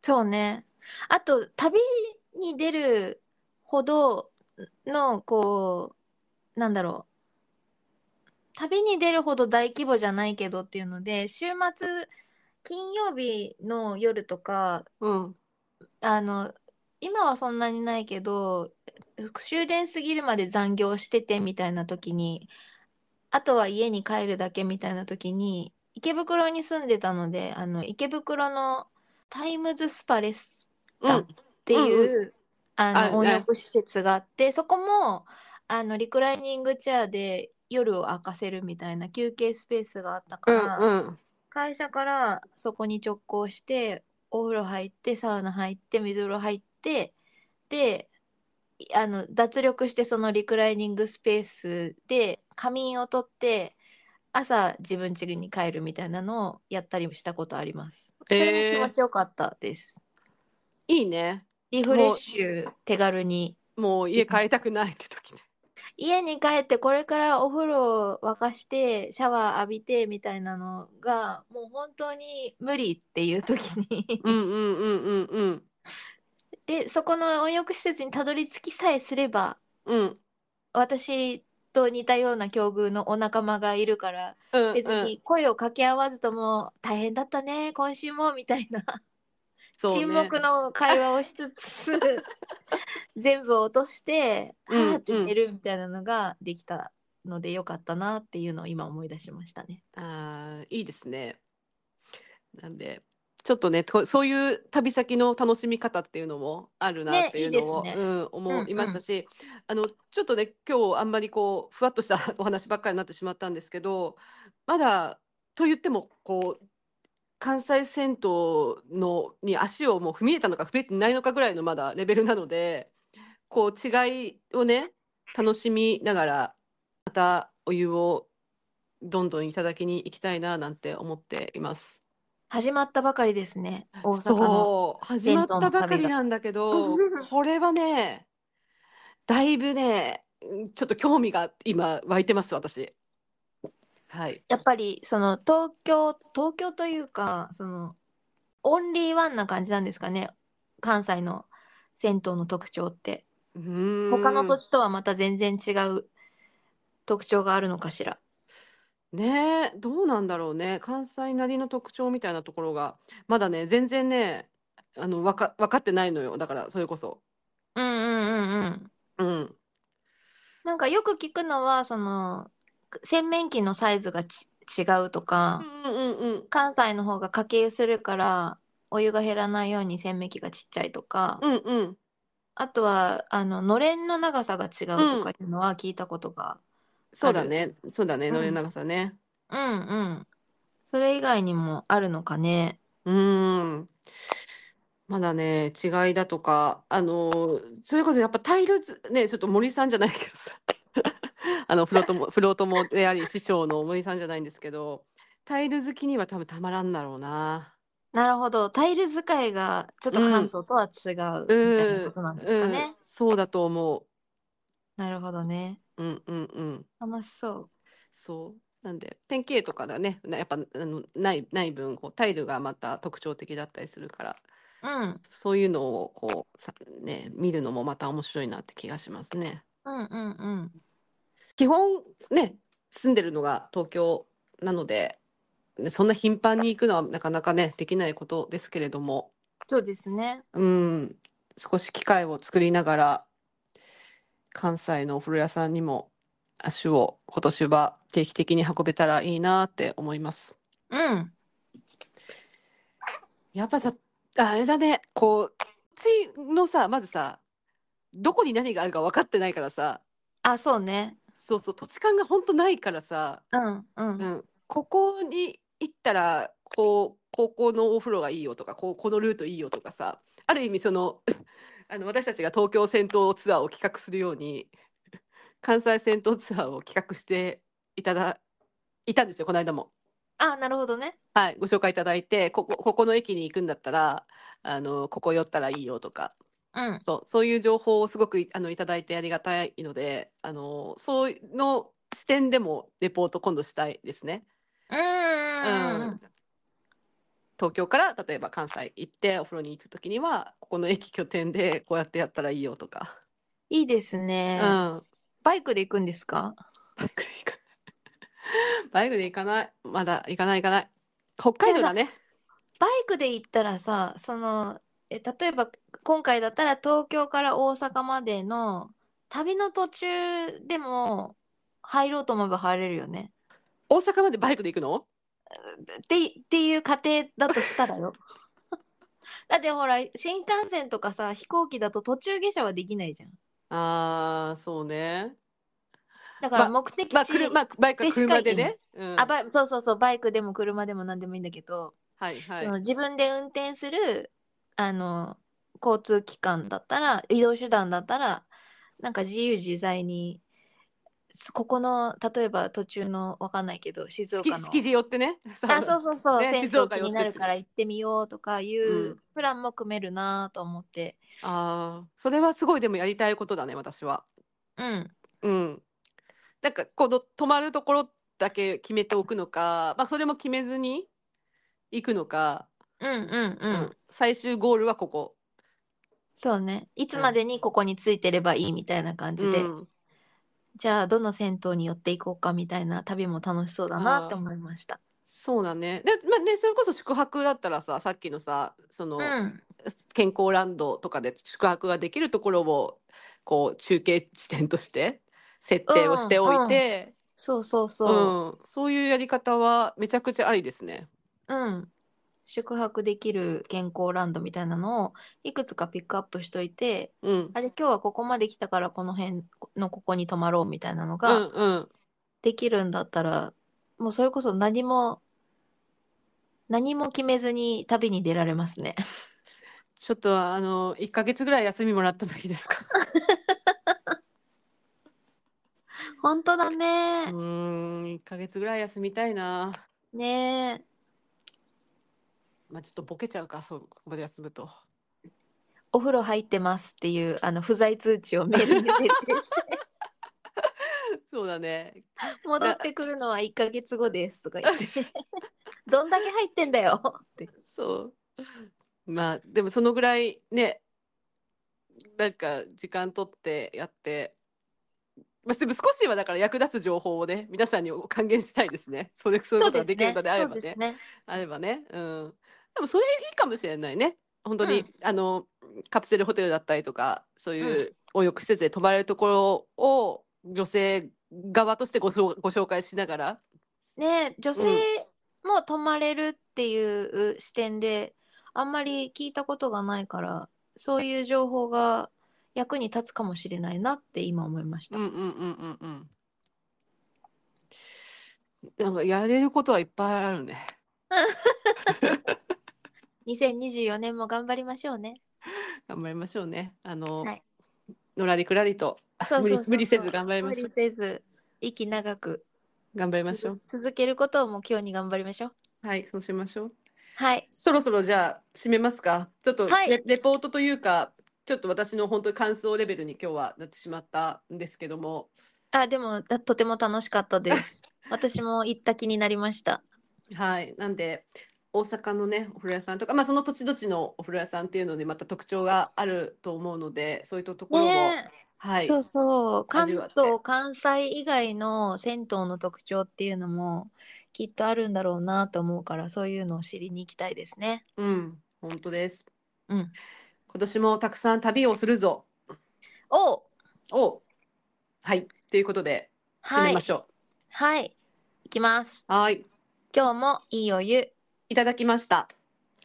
そうね。あと、旅に出るほどの、こう、なんだろう。旅に出るほど大規模じゃないけどっていうので週末金曜日の夜とかうん。あの今はそんなにないけど終電過ぎるまで残業しててみたいな時にあとは家に帰るだけみたいな時に池袋に住んでたのであの池袋のタイムズスパレスうタっん。ていう、あのあ温ね浴施設があってそこもあのリクライニングチェアで夜を明かせるみたいな休憩スペースがあったうから。ん。うん。会社からそこに直行してお風呂入ってサウナ入って水風呂入ってでいあの脱力してそのリクライニングスペースで仮眠を取って朝自分家に帰るみたいなのをやったりしたことあります。それも気持ちよかったです。いいね。リフレッシュ手軽にもう家帰りたくないって時ね。家に帰ってこれからお風呂を沸かしてシャワー浴びてみたいなのがもう本当に無理っていう時 にうんうんうんうんうん。でそこの温浴施設にたどり着きさえすればうん。私と似たような境遇のお仲間がいるからうん別うん。に声を掛け合わずとも大変だったね今週もみたいな、そう沈ね。黙の会話をしつつ全部落としてうんうんはーって寝るみたいなのができたのでよかったなっていうのを今思い出しましたね。ああ、いいですね。なんで、ちょっとね、こそういう旅先の楽しみ方っていうのもあるなねっていうのを、いいですねうん、うん思うんいましたし、あの、ちょっとね、今日あんまりこう、ふわっとしたお話ばっかりになってしまったんですけど、まだ、と言っても、こう、関西銭湯のに足をもう踏み入れたのか踏み入れてないのかぐらいのまだレベルなので、こう、違いをね、楽しみながら、またお湯をどんどんいただきに行きたいななんて思っています。始まったばかりですね大阪の。そう、始まったばかりなんだけど、これはね、だいぶね、うんちょっと興味が今湧いてます、私。はい。やっぱりその東京東京というかそのオンリーワンな感じなんですかね関西の銭湯の特徴って他他の土の地とはまた全然違う特徴があるのかしらねえ、どうなんだろうね。関西なりの特徴みたいなところが、まだね、全然ね、あの、わか、分かってないのよ。だから、それこそ。うんうんうんうんうん。なんかよく聞くのはその洗面器のサイズがち違うとうかんうんうん関西の方が家計するからお湯が減らないように洗面器がちっちゃいとかうん。うんうん。あとはあののれんの長さが違うとかいうのは聞いたことがそうだあるね。そうだね。うんのれん長さね。うんうん。それ以外にもあるのかね。うーん。まだね、違いだとか、あのー、それこそやっぱタイルズ、ね、ちょっと森さんじゃないけどさ、 あの、フロートも、フロートもであり、師匠の森さんじゃないんですけど、タイル好きには多分たまらんだろうな。なるほど。タイル使いがちょっと関東とは違うみたいなことなんですかうねん。、そうだと思なるほどね。う。うんうんうん。楽しそう。そう。なんで、ペンキ A とかだね、なやっぱ、あの、ない、ない分、こう、タイルがまた特徴的だったりするから、うん。そういうのを、こう、さ、ね、見るのもまた面白いなって気がしますね。うんうんうん。基本ね住んでるのが東京なのでねそんな頻繁に行くのはなかなかねできないことですけれどもそうですね。うん少し機会を作りながら関西のお風呂屋さんにも足を今年は定期的に運べたらいいなって思います。うん。やっぱさあれだねこう地のさまずさどこに何があるか分かってないからさあ、そうね。そうそう土地勘がほんとないからさうんうん。うん、ここに行ったらこうここのお風呂がいいよとかこうこのルートいいよとかさある意味その あの私たちが東京銭湯ツアーを企画するように関西銭湯ツアーを企画していただいたんですよこの間も。あ、なるほどね。はい、ご紹介いただいてここここの駅に行くんだったらあのここ寄ったらいいよとかうん。そう、そういう情報をすごくいあのいただいてありがたいのであのそういうの視点でもレポート今度したいですね。うんうんうんうん。東京から例えば関西行ってお風呂に行く時にはここの駅拠点でこうやってやったらいいよとか、いいですうね。ん、バイクで行くんですかバイクで行くバイクで行かない。まだ行かない行かない。北海道だね。バイクで行ったらさそのえ例えば今回だったら東京から大阪までの旅の途中でも入ろうと思えば入れるよね。大阪までバイクで行くのってっていう過程だとした らよ。だってほら新幹線とかさ飛行機だと途中下車はできないじゃん。ああ、そうね。だからま目的地、まあ、車、まあ、バイクはでしか車でね。うんあバイそうそうそうバイクでも車でも何でもいいんだけど、はいはそい。の自分で運転するあの交通機関だったら移動手段だったらなんか自由自在にここの例えば途中のわかんないけど静き岡の築地寄ってね。あそうそうそう、ね銭静湯岡気寄ってになるから行ってみようとかいううんプランも組めるなと思って、ああ、それはすごいでもやりたいことだね、私は。うん、うん。なんか、この泊まるところだけ決めておくのか、まあ、それも決めずに行くのか、うんうんううんん最終ゴールはここ。そうねいつまでにここについてればいいみたいな感じで、うんじゃあどの銭湯に寄っていこうかみたいな旅も楽しそうだなって思いました。そうだね。で、まあね、それこそ宿泊だったらさ、さっきのさ、その、うん、健康ランドとかで宿泊ができるところをこう中継地点として設定をしておいて、そうそううそう、んそういうやり方はめちゃくちゃありですね。うん、宿泊できる健康ランドみたいなのをいくつかピックアップしといて、うん、あれ今日はここまで来たからこの辺のここに泊まろうみたいなのうんがうんできるんだったら、もうそれこそ何も何も決めずに旅に出られますね。ちょっとあの1ヶ月ぐらい休みもらった時ですか。 本当だうーね。ん1ヶ月ぐらい休みたいな。ねえ。まあ、ちょっとボケちゃうかそうここで休むと。お風呂入ってますっていうあの不在通知をメールに設定して そうだね。 戻ってくるのは1ヶ月後ですとか言って どんだけ入ってんだよってそう。まあでもそのぐらいねなんか時間取ってやって、まあ、でも少しはだから役立つ情報をね皆さんにお還元したいですねそれそういうことができるのであれそばうねですねあればね、うん、でもそれいいかもしれないね本当に、うんあのカプセルホテルだったりとかそういう温浴施設で泊まれるところを女性側としてご紹ご紹介しながらねえ女性も泊まれるっていう視点であんまり聞いたことがないからそういう情報が役に立つかもしれないなって今思いました、うんうんうんうんうん。なんかやれることはいっぱいあるね。 2024年も頑張りましょうね頑張りましょうね。あの、はいのらりくらりとそうそうそうそう無理無理せず頑張りましょう無理せず息長く頑張りましょう。続けることを目標に頑張りましょうはい、そうしましょう。はいそろそろじゃあ締めますか。ちょっとレ,、はいレポートというか、ちょっと私の本当に感想レベルに今日はなってしまったんですけども、あ、でも、だとても楽しかった です。私も行った気になりました。はい、なんで。大阪のねお風呂屋さんとか、まあ、その土地土地のお風呂屋さんっていうのにまた特徴があると思うのでそういったところも、ねはえ、いそうそう、関味わって東、関西以外の銭湯の特徴っていうのもきっとあるんだろうなと思うから、そういうのを知りに行きたいですね。うん、本当です。うん今年もたくさん旅をするぞ。お、を。はい、ということで、締はめいま、しょはい、行きます。う。はい、今日もいいお湯。いただきました。